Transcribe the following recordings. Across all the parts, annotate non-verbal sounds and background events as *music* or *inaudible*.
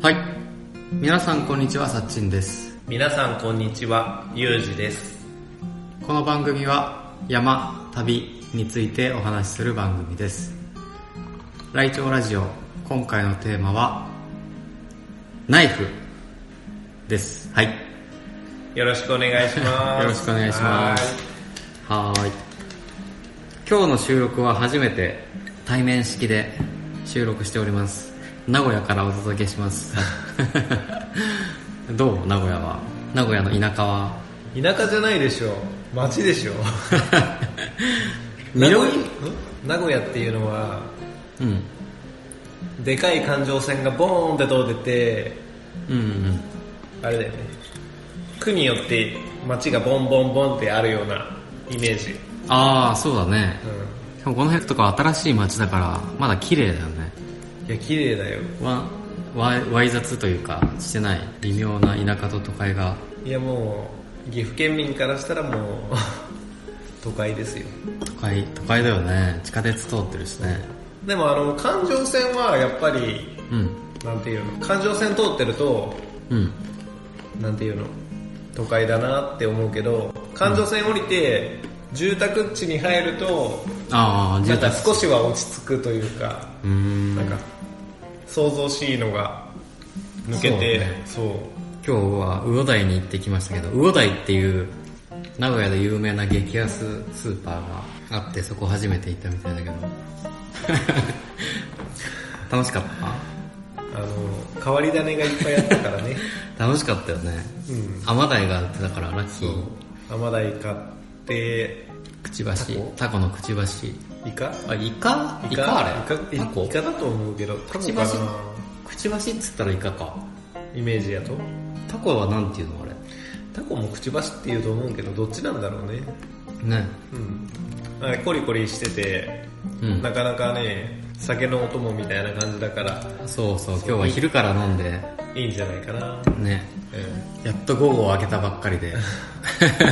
はい。皆さんこんにちは、さっちんです。皆さんこんにちは、ゆうじです。この番組は山、旅についてお話しする番組です。ライチョウラジオ、今回のテーマは、ナイフです。はい。よろしくお願いします。よろしくお願いします。はーい。今日の収録は初めて対面式で収録しております。名古屋からお届けし *laughs* ます。どう名古屋は。名古屋の田舎は。はーい。田舎じゃないでしょ。町でしょ。みのりん名古屋っていうのは、うん。でかい環状線がボーンって通ってて、うんうん。あれだよね。区によって町がボンボンボンってあるようなイメージ。ああ、そうだね。うしかもこの辺とかは新しい街だから、まだ綺麗だよね。ん。いや、綺麗だよ。わ、わ、わい雑というか、してない。微妙な田舎と都会が。いや、もう、岐阜県民からしたらもう、 *laughs* 都会ですよ。都会、都会だよね。地下鉄通ってるしね。でもあの、環状線はやっぱり、うん。なんていうの環状線通ってるとうん。なんていうの都会だなって思うけど環状線降りて住宅地に入るとああ、な住んか宅。少しは落ち着くというかうーん。なんか想像しいのが抜けてそう,、今日は魚台に行ってきましたけど、魚台っていう名古屋で有名な激安スーパーがあって、そこ初めて行ったみたいだけど。 *laughs* 楽しかっあの変わり種がいっぱいあったか *laughs* らねた楽しかったよね。うんアマダイがあってだからラッキー。アマダイ買ってくちばし。タコのくちばし。イカあ、イカイカあれイカタコイカだと思うけどタコくちかばなしくちばしっつったらイカか。イメージやとタコはなんていうのあれ。タコもくちばしっていうと思うけどどっちなんだろうねね。うん、あれコリコリしてて、うんなかなかね酒のお供みたいな感じだからそうそう、今日は昼から飲んで、いいんじゃないかな、ね。うやっと午後を明けたばっかりで、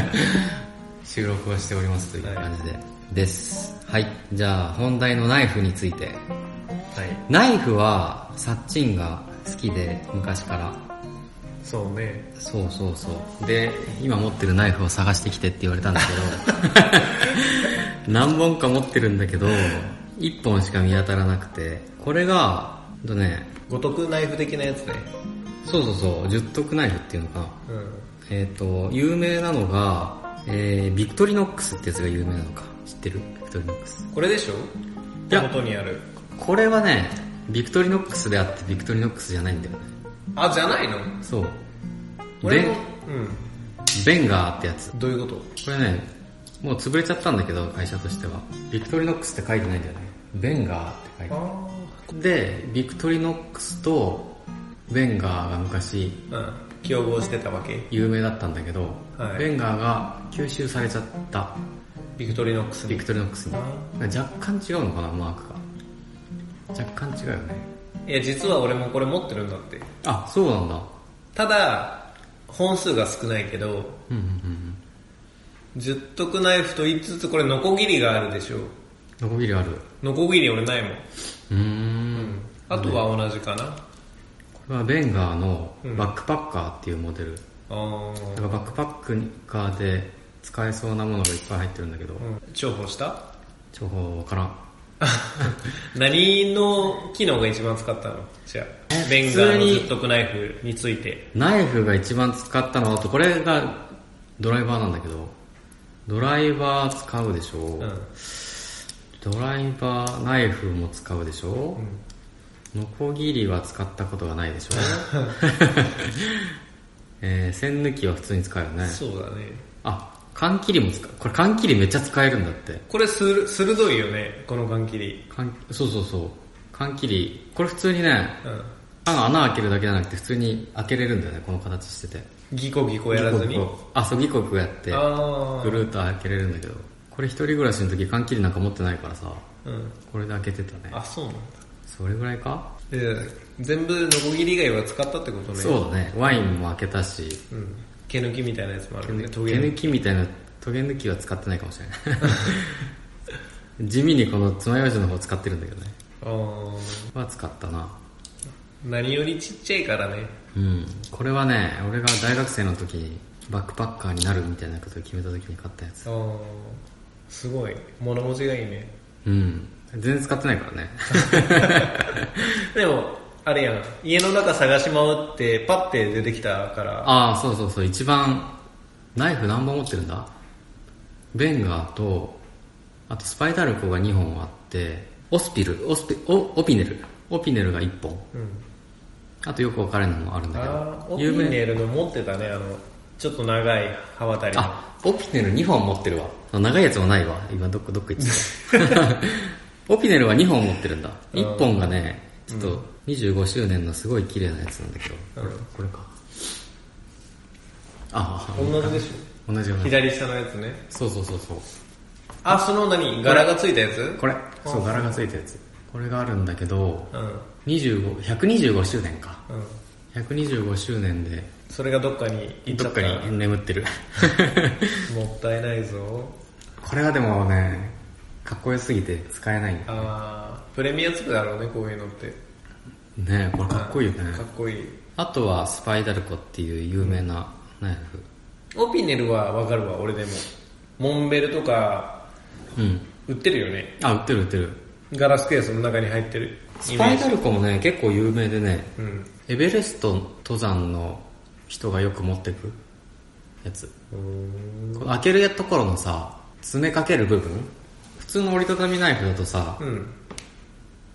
*laughs* 収録をしておりますという感じで。です。はい。じゃあ、本題のナイフについて。ん、はいナイフは、サッチンが好きで、昔から。そうねそうそうそう。で、今持ってるナイフを探してきてって言われたんだけ *laughs* ど、何本か持ってるんだけど、1本しか見当たらなくて、これが、ほんとね、五徳ナイフ的なやつねそうそうそう、十徳ナイフっていうのかな。うんえっ、と、有名なのが、えー、ビクトリノックスってやつが有名なのか。知ってるビクトリノックス。これでしょいや手元にあるこれはね、ビクトリノックスであってビクトリノックスじゃないんだよね。あじゃないのそう。俺ベもン、ベンガーってやつ。うんどういうことこれね、もう潰れちゃったんだけど、会社としては。ビクトリノックスって書いてないんだよね。ベンガーって書いてあある。で、ビクトリノックスとベンガーが昔あうん競合してたわけ有名だったんだけど、はいベンガーが吸収されちゃった。ビクトリノックスビにクトリノックスにあ若干違うのかなマークが若干違うよねいや実は俺もこれ持ってるんだってあそうなんだただ本数が少ないけどうんうんうん十徳ナイフと言いつつこれノコギリがあるでしょノコギリあるノコギリ俺ないもんうーんあとは同じかなこれはベンガーのバックパッカーっていうモデル、あだからバックパッカーで使えそうなものがいっぱい入ってるんだけど、ーうん重宝した情報わからん何の機能が一番使ったのじゃあベンガーの十徳ナイフについてナイフが一番使ったのだとこれがドライバーなんだけどドライバー使うでしょ、うんうんドライバーナイフも使うでしょ、ノコギリは使ったことがないでしょえー、線抜きは普通に使うよね。そうだねあ、缶切りも使う。これ缶切りめっちゃ使えるんだって。これする鋭いよねこの缶切り缶そうそうそう。缶切り。これ普通にね、うん缶穴開けるだけじゃなくて普通に開けれるんだよね、この形してて。ギコギコやらずギにコギコあ、そう、ギコギコやって、あぐるーっと開けれるんだけど。これ一人暮らしの時缶切りなんか持ってないからさ、あうんこれで開けてたね。あそうなんだそれぐらいかで全部ノコギリ以外は使ったってことねそうだね。ワインも開けたし、うん毛抜きみたいなやつもあるんで毛トゲ抜抜ききみたいなトゲ抜きは使ってないかもしれない *laughs* 地味にこの爪楊枝の方使ってるんだけどねあーは使ったな何よりちっちゃいからねうんこれはね俺が大学生の時にバックパッカーになるみたいなことを決めた時に買ったやつあーすごい物持ちがいいねうん全然使ってないからねでもあれやん家の中探し回ってパッて出てきたからああそうそうそう一番ナイフ何本持ってるんだベンガーとあとスパイダルコが2本あってオスピルオスピオオピネルオピネルが1本うんあとよくわからないのもあるんだけあーどオピネルの持ってたねあのちょっと長い刃渡りのあ、オピネル2本持ってるわ。長いやつもないわ。今どっかどっか行って *laughs* た。オピネルは2本持ってるんだ。1本がね、ちょっと25周年のすごい綺麗なやつなんだけど。これうんこれか。あ、同じでし同じようょな。左下のやつねそうそうそうそう。あその何柄がついたやつこれ。そう、柄がついたやつ。これがあるんだけど、うんうん25、125周年か。125周年で、それがどっかに行っちどゃっっかたに眠ってる。もったいないぞこれはでもね、かっこよすぎて使えない。ねあープレミアつくだろうねこういうのってえこれかっこいいよね。かっこいいあとはスパイダルコっていう有名なナイフ。オピネルはわかるわ俺でもモンベルとかうん。売ってるよねあ、売ってる売ってる。ガラスケースの中に入ってるスパイダルコもね、結構有名でね、うんエベレスト登山の人がよく持ってくやつ。うーんこの開けるところのさ、詰めかける部分普通の折りたたみナイフだとさ、うん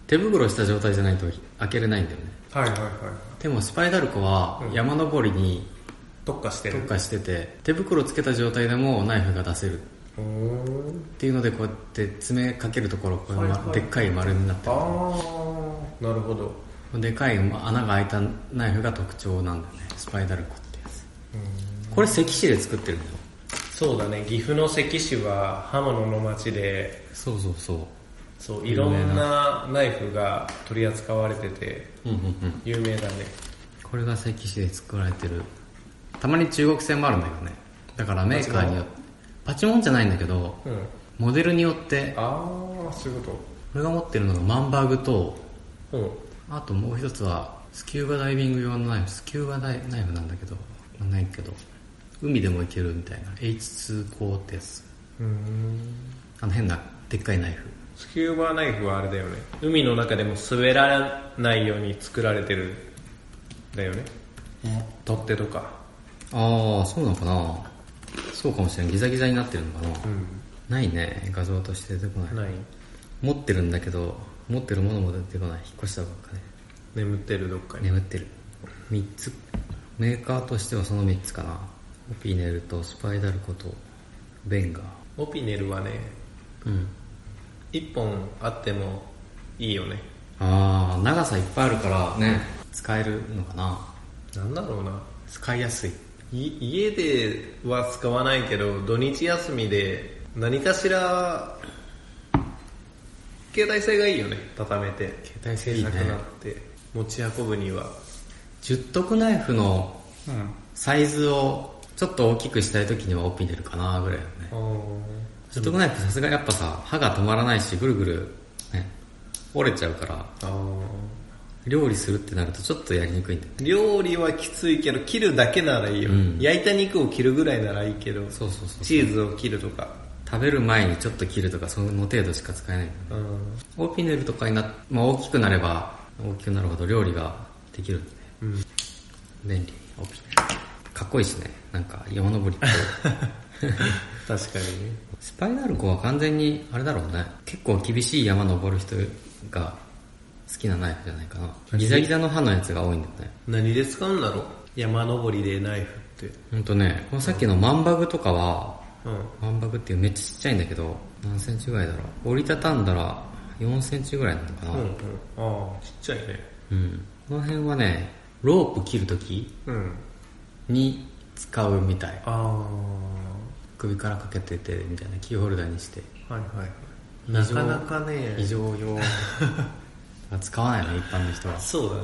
手袋した状態じゃないと開けれないんだよね。はいはいはいでもスパイダルコは山登りに特化してる特化してて、手袋つけた状態でもナイフが出せるうーんっていうのでこうやって詰めかけるところこれ、はいはいでっかい丸になってああなるほど、るでかい穴が開いたナイフが特徴なんだよねスパイダルコってやつこれ関市で作ってるんだよそうだね岐阜の関市は刃物の町でそうそうそうそういろんなナイフが取り扱われててうんうんうん有名だねこれが関市で作られてるたまに中国製もあるんだけどねだからメーカーによってパチモンじゃないんだけどうんモデルによってああそういうこ俺が持ってるのがマンバーグととうんあともう一つはスキューバダイビング用のナイフスキューバダイナイフなんだけどないけど海でもいけるみたいな H2 鋼ってやつあの変なでっかいナイフスキューバナイフはあれだよね海の中でも滑らないように作られてるだよね取っ手とかああそうなのかなそうかもしれないギザギザになってるのかな、ないね画像として出てこないない持ってるんだけど持ってるものも出てこない引っ越したばっかね眠ってるどっかに眠ってる3つメーカーとしてはその3つかなオピネルとスパイダルコとベンガーオピネルはねうん1本あってもいいよねああ長さいっぱいあるからね使えるのかななんだろうな使いやすいい家では使わないけど土日休みで何かしら携帯性がいいよね畳めて携帯性いいねなくなって持ち運ぶには十徳ナイフのうんサイズをちょっと大きくしたい時にはオピネルかなぐらいよね十徳ナイフさすがやっぱさ刃が止まらないしぐるぐる、ね、折れちゃうからあー料理するってなるとちょっとやりにくいんだよね料理はきついけど切るだけならいいよ、うん焼いた肉を切るぐらいならいいけどそうそうそうチーズを切るとか食べる前にちょっと切るとかその程度しか使えないうんオピネルとかになっ、まあ、大きくなれば大きくなるほど料理ができるんで、うん便利オピネルかっこいいしねなんか山登りって確かにねスパイダルコは完全にあれだろうね結構厳しい山登る人が好きなナイフじゃないかなギザギザの刃のやつが多いんだよね何で使うんだろう山登りでナイフってほんとねこのさっきのマンバグとかはうんマンバグっていうめっちゃちっちゃいんだけど何センチぐらいだろう折りたたんだら4センチぐらいなのかな、うんうんああちっちゃいねうん、この辺はねロープ切るときうんに使うみたいああ首からかけててみたいなキーホルダーにしてはいはい異な常かなかね非常用使わないの一般の人は *laughs* そうだね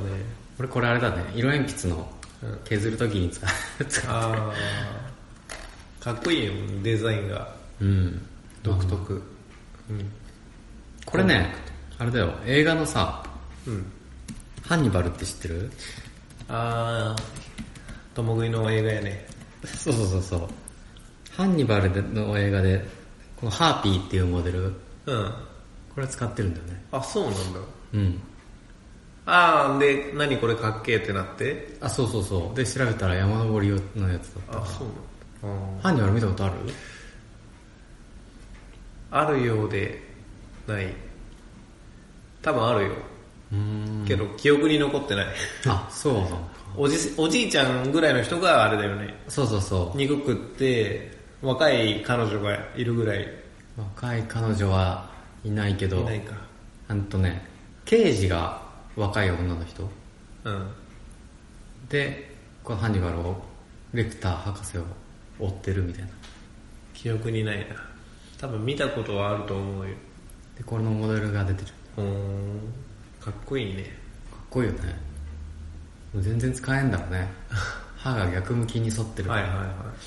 俺これあれだね色鉛筆のうん削るときに使う使うあかっこいいよデザインが *laughs* うん独特うんこれねあれだよ映画のさうんハンニバルって知ってるあー共食いの映画やねそうそうそうそうハンニバルの映画でこのハーピーっていうモデルうんこれ使ってるんだよねあそうなんだうんあーで何これかっけーってなってあそうそうそうで調べたら山登り用のやつだったあそうなんだハンニバル見たことあるあーあるようでない多分あるようーんけど記憶に残ってないあそうなのかおじおじいちゃんぐらいの人があれだよねそうそうそ肉食って若い彼女がいるぐらいう若い彼女はいないけいどないかあんとね刑事が若い女の人うんでこのハンニバルをレクター博士を追ってるみたいな記憶にないな多分見たことはあると思うよでこれのモデルが出てるかほーんかっこいいねっこいいよね全然使えんだろうね歯が逆向きに沿ってる、はいはいはい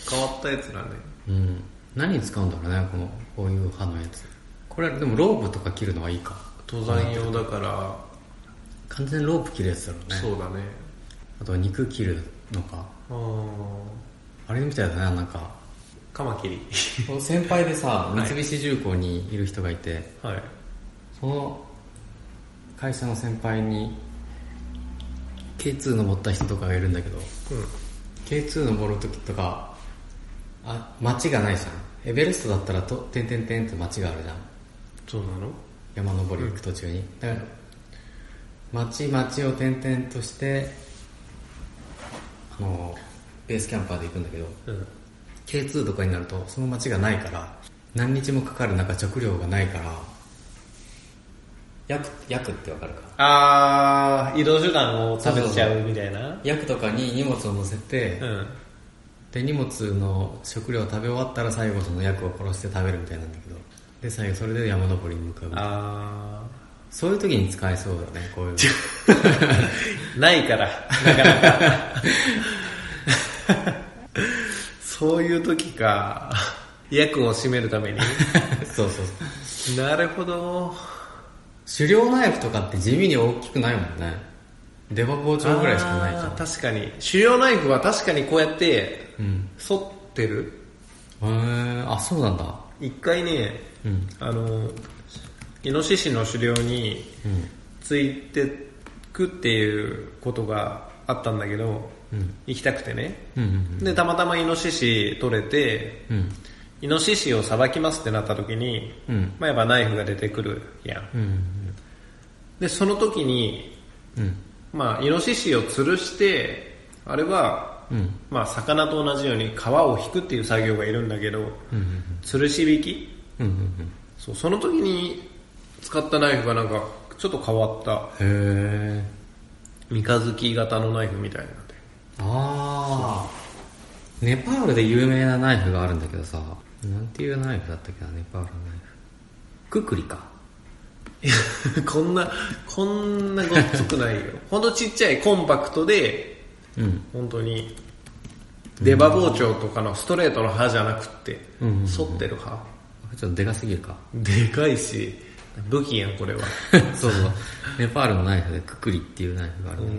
変わったやつだねうん何に使うんだろうねこのこういう歯のやつこれでもロープとか切るのはいいか登山用だから完全にロープ切るやつだろうねそうだねあと肉切るのかああれみたいだねなんかーカマキリこの先輩でさい三菱重工にいる人がいて、 *laughs* はいその会社の先輩に K2 登った人とかがいるんだけど K2 登る時とかあ街がないじゃんエベレストだったらと点々点って街があるじゃんそうなの山登り行く途中に、だから街街を点々としてあのベースキャンパーで行くんだけどうん K2 とかになるとその町がないから何日もかかる中食料がないから薬薬ってわかるかあー移動手段を食べちゃうみたいな薬とかに荷物を載せて、うんで荷物の食料を食べ終わったら最後その薬を殺して食べるみたいなんだけどで最後それで山登りに向かうあそういう時に使えそうだね *laughs* こういうーないからなかなかそういう時か役を締めるた *laughs* めにそうそうそうなるほど狩猟ナイフとかって地味に大きくないもんね出刃包丁ぐらいしかないじゃあーん確かに狩猟ナイフは確かにこうやってうん反ってるへーあそうなんだ一回ねうんあのイノシシの狩猟にうんついてくっていうことがあったんだけど、うん行きたくてねうんうんでたまたまイノシシ取れてうんイノシシをさばきますってなった時に、うんまあ、やっぱナイフが出てくるやんうんうんでその時にうんまあイノシシを吊るしてあれは、うんまあ、魚と同じように皮を引くっていう作業がいるんだけど、吊るし引きうんうんそうその時に使ったナイフがなんかちょっと変わったへえ三日月型のナイフみたいなのでああネパールで有名なナイフがあるんだけどさなんていうナイフだったっけなネパールのナイフククリかいや *laughs* こんなこんなごっつくないよ *laughs* ほんとちっちゃいコンパクトでうん本当に出刃包丁とかのストレートの刃じゃなくってうんうんうん反ってる刃ちょっとでかすぎるか *laughs* でかいし武器やんこれはそうそうネパールのナイフでククリっていうナイフがあるんだけ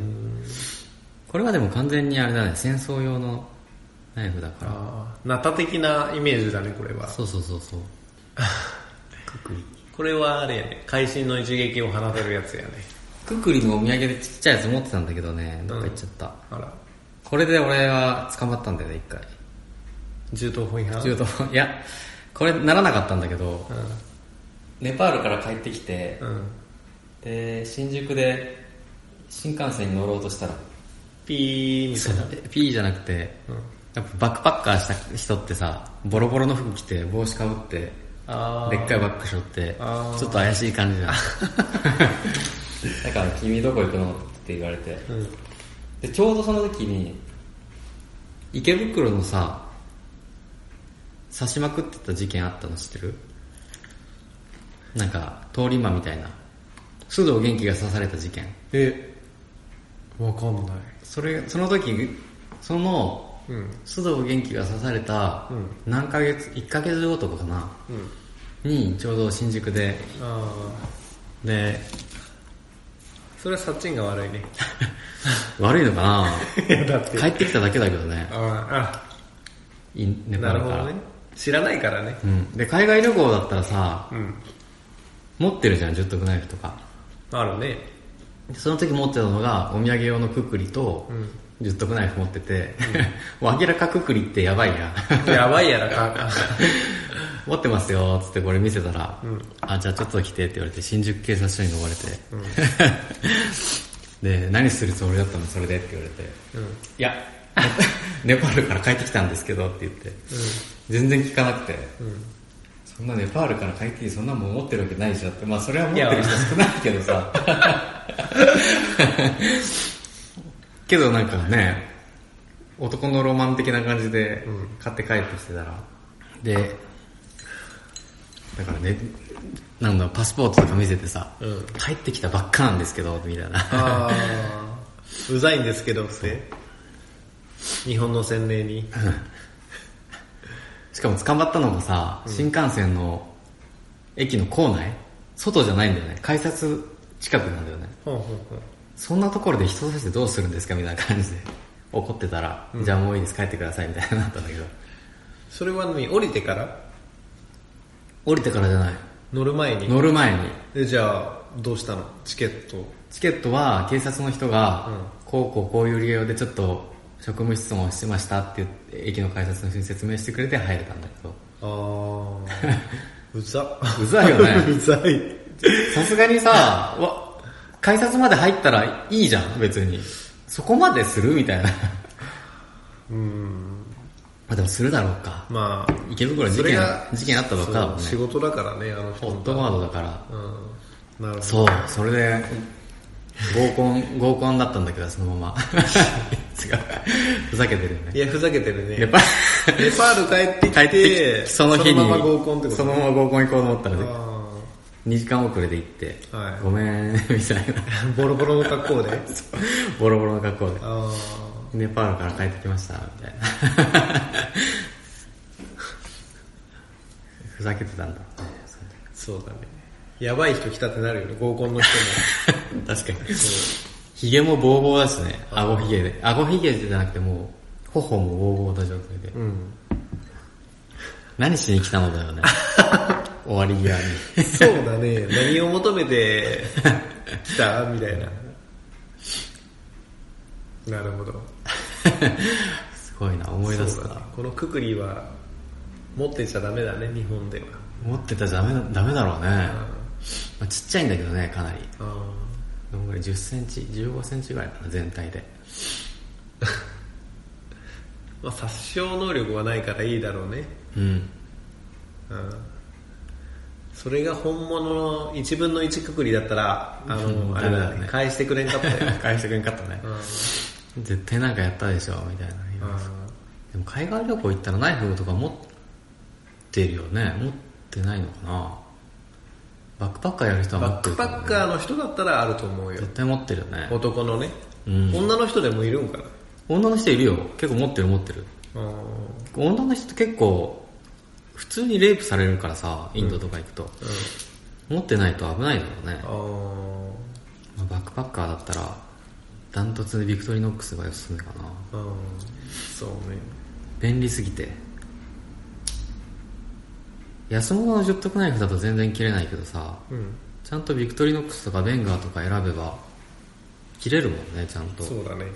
どこれはでも完全にあれだね戦争用のナイフだからあーナタ的なイメージだねこれはそうそうそう *laughs* そうククリこれはあれやね会心の一撃を放てるやつやねククリのお土産でちっちゃいやつ持ってたんだけどねどっか行っちゃった、あらこれで俺は捕まったんだよね一回銃刀法違反中途いやこれならなかったんだけどうネパールから帰ってきてんうんで新宿で新幹線に乗ろうとしたらピーみたいなえ P じゃなくてうんやっぱバックパッカーした人ってさボロボロの服着て帽子かぶってであっかいバッグ背負ってちあょっと怪しい感じ *laughs* じゃんだから「君どこ行くの?」って言われてーうんでちょうどその時に池袋のさ刺しまくってた事件あったの知ってるなんか通り魔みたいな須藤元気が刺された事件えわかんないそれその時そのうん須藤元気が刺されたうん何ヶ月1ヶ月後とかかなうんにちょうど新宿でああでそれはサッチンが悪い *laughs* ね悪いのか *laughs* ないやだって帰ってきただけだけどねあインあネパーなるルほからどね知らないからねうん、で海外旅行だったらさうん持ってるじゃん十徳ナイフとかあるねでその時持ってたのがお土産用のくくりとん十徳ナイフ持ってて、 *laughs* もう明らかくくりってやばいやんやばいやらか *laughs* 持ってますよっつってこれ見せたら、あじゃあちょっと来てって言われて新宿警察署に呼ばれて、 *laughs* で何するつもりだったのそれでって言われて、いや *laughs* ネパールから帰ってきたんですけどって言って、全然聞かなくて、そんなネパールから帰ってきてそんなもん持ってるわけないじゃんってまあそれは持ってる人少ないけどさ *laughs* けどなんかね男のロマン的な感じで買って帰ってきてたら、でだからねなんだろうパスポートとか見せてさ、うん帰ってきたばっかなんですけどみたいなああうざいんですけどって日本の洗礼に *laughs* しかも捕まったのもさ、新幹線の駅の構内外じゃないんだよね改札近くなんだよねほうほうほうそんなところで人としてどうするんですかみたいな感じで怒ってたら、じゃあもういいです帰ってくださいみたいになったんだけどそれは何降りてから降りてからじゃない乗る前に乗る前にえじゃあどうしたのチケットチケットは警察の人が、こうこうこういう理由でちょっと職務質問をしてましたって言って駅の改札の人に説明してくれて入れたんだけど *laughs* ああうざうざいよね *laughs* うざいさすがにさ *laughs* わ改札まで入ったらいいじゃん別にそこまでするみたいなうんまあでもするだろうかまあ池袋事それ件が事件あったばっかだもんそうね仕事だからねあの人ホットワードだからうんなるほどそうそれで合コン合コンだったんだけどそのまま *laughs* 違うふざけてるよねいやふざけてるねネパネパール帰ってきて帰ってきその日にそのまま合コンってことそのまま合コン行こうと思ったのであ2時間遅れで行って、はいごめん *laughs* みたいなーボロボロの格好でボロボロの格好であネパールから帰ってきましたみたいな *laughs* ふざけてたんだろうねその時ーそうだねやばい人来たってなるよね合コンの人 *laughs* 確かに。ヒゲもボーボーだしね。顎ヒゲで。顎ヒゲじゃなくてもう、頬もボーボーだ状態で。もうん何しに来たの *laughs* だよね。終わり際に。そうだね何を求めて来たみ *laughs* たいななるほどすごいな、思い出すそうだねな。このくくりは持ってちゃダメだね日本では持ってたらダメだダメだろうね。あまあ、ちっちゃいんだけどね、かなり。ーあどんぐらい ?10 センチ ?15 センチぐらいかな、全体で。ーまあ殺傷能力はないからいいだろうねうん。 *laughs* うんそれが本物の1分の1くくりだったら、あうの、んあれだダメだねね、返してくれんかっ *laughs* たよ。返してくれんかったねうん絶対なんかやったでしょ、みたいな。でも海外旅行行ったらナイフとか持ってるよね持ってないのかなバックパッカーやる人は持バッってクるパと思うッカーの人だったらあると思うよ絶。対持ってるよね男のね。うん女の人でもいるんか女の人いるよ結構持ってる持ってるな。うん女の人って結構普通にレイプされるからさインドとか行くと、持ってないと危ないだろうね、うんまあバックパッカーだったらダントツでビクトリーノックスが良すんかなあーうんそうね。便利すぎて安物の十徳ナイフだと全然切れないけどさうん。ちゃんとビクトリノックスとかベンガーとか選べば切れるもんねちゃんとそうだね。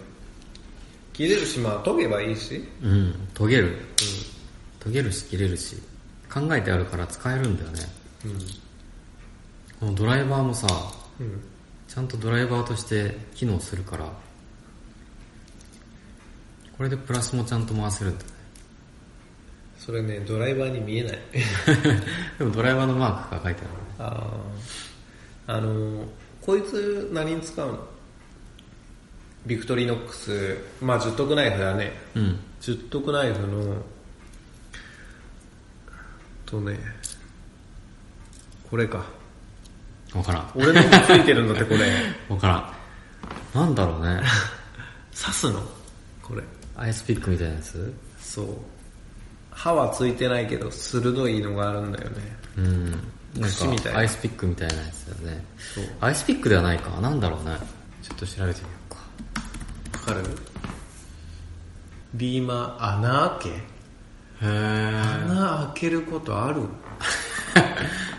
切れるし、まあ、研げばいいし。うん研げる、研げるし切れるし考えてあるから使えるんだよねこのドライバーもさうん。うん。ちゃんとドライバーとして機能するからこれでプラスもちゃんと回せ *laughs* るんだねそれね、ドライバーに見えない。でもドライバーのマークが書いてあるねあああのこいつ何に使うのビクトリーノックスまあ十徳ナイフだねうん十徳ナイフのとねこれか分からん俺のについてるんだって *laughs* これ *laughs* 分からんなんだろうね刺すのこれアイスピックみたいなやつそう歯はついてないけど鋭いのがあるんだよねうんなん串みたかいなアイスピックみたいなやつだよねそうアイスピックではないかなんだろうねちょっと調べてみようかわかるビーマー穴開けへ穴開けることある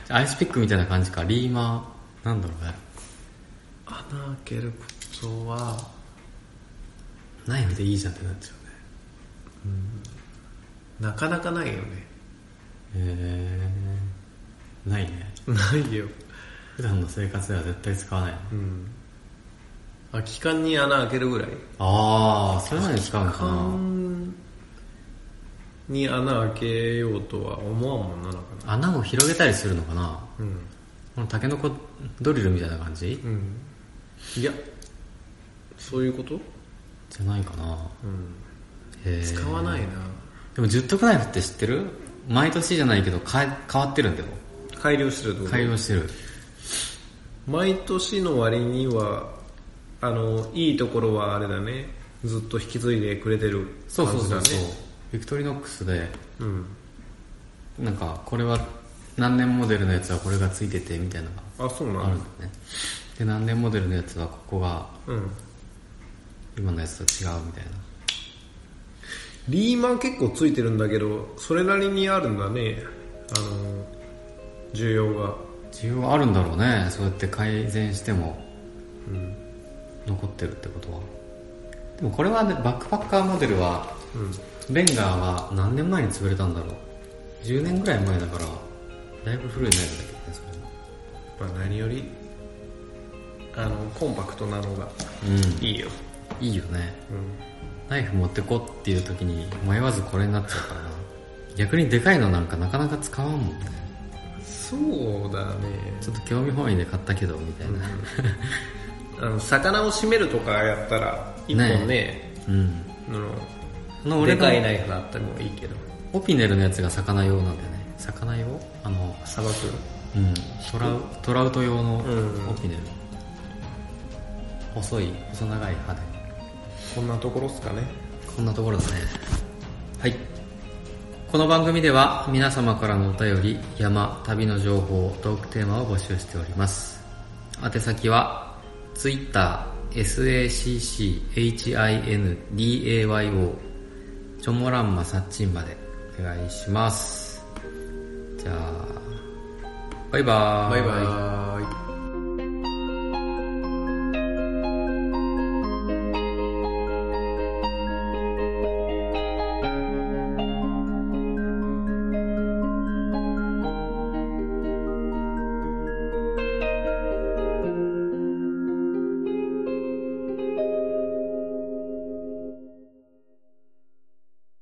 え *laughs* アイスピックみたいな感じかリーマーなんだろうね穴開けることはナイフでいいじゃんってなっちゃなかなかないよねうねへえないねないよ普段の生活では絶対使わないうん空き缶に穴開けるぐらいああそういうのに使うのかな缶に穴開けようとは思わんもんなのかな穴を広げたりするのかなうんこのタケノコドリルみたいな感じうんいやそういうこと、じゃないかなうん、へえ使わないなでも十徳ナイフって知ってる毎年じゃないけどか変わってるんだよ改良してるってこと改良してる毎年の割にはあのいいところはあれだねずっと引き継いでくれてるそうそ感うじそだうねそうビクトリノックスでうんなんかこれは何年モデルのやつはこれがついててみたいなのがあそうなあるんんだだよねで何年モデルのやつはここがうん今のやつと違うみたいなリーマン結構ついてるんだけどそれなりにあるんだねあの需要が需要あるんだろうねそうやって改善してもうん残ってるってことはでもこれはねバックパッカーモデルはうんベンガーは何年前に潰れたんだろう10年ぐらい前だからだいぶ古いナイフだけどねそれもまあ何よりあのコンパクトなのがういいよ、んいいよねうん、ナイフ持ってこっていう時に迷わずこれになっちゃうからな逆にでかいのなんかなかなか使わんもんねそうだねちょっと興味本位で買ったけどみたいなあの魚を締めるとかやったら一本ねうん、あのあの俺でかいがナイフがあってもいいけどオピネルのやつが魚用なんだよね魚用あのさばくうんトラウトラウト用のんオピネル、細い細長い歯でこんなところっすかねこんなところだね。はい。この番組では皆様からのお便り、山、旅の情報、トークテーマを募集しております。宛先は、Twitter、sacchindayO、チョモランマサッチンまでお願いします。じゃあ、バイバーイ。バイバーイ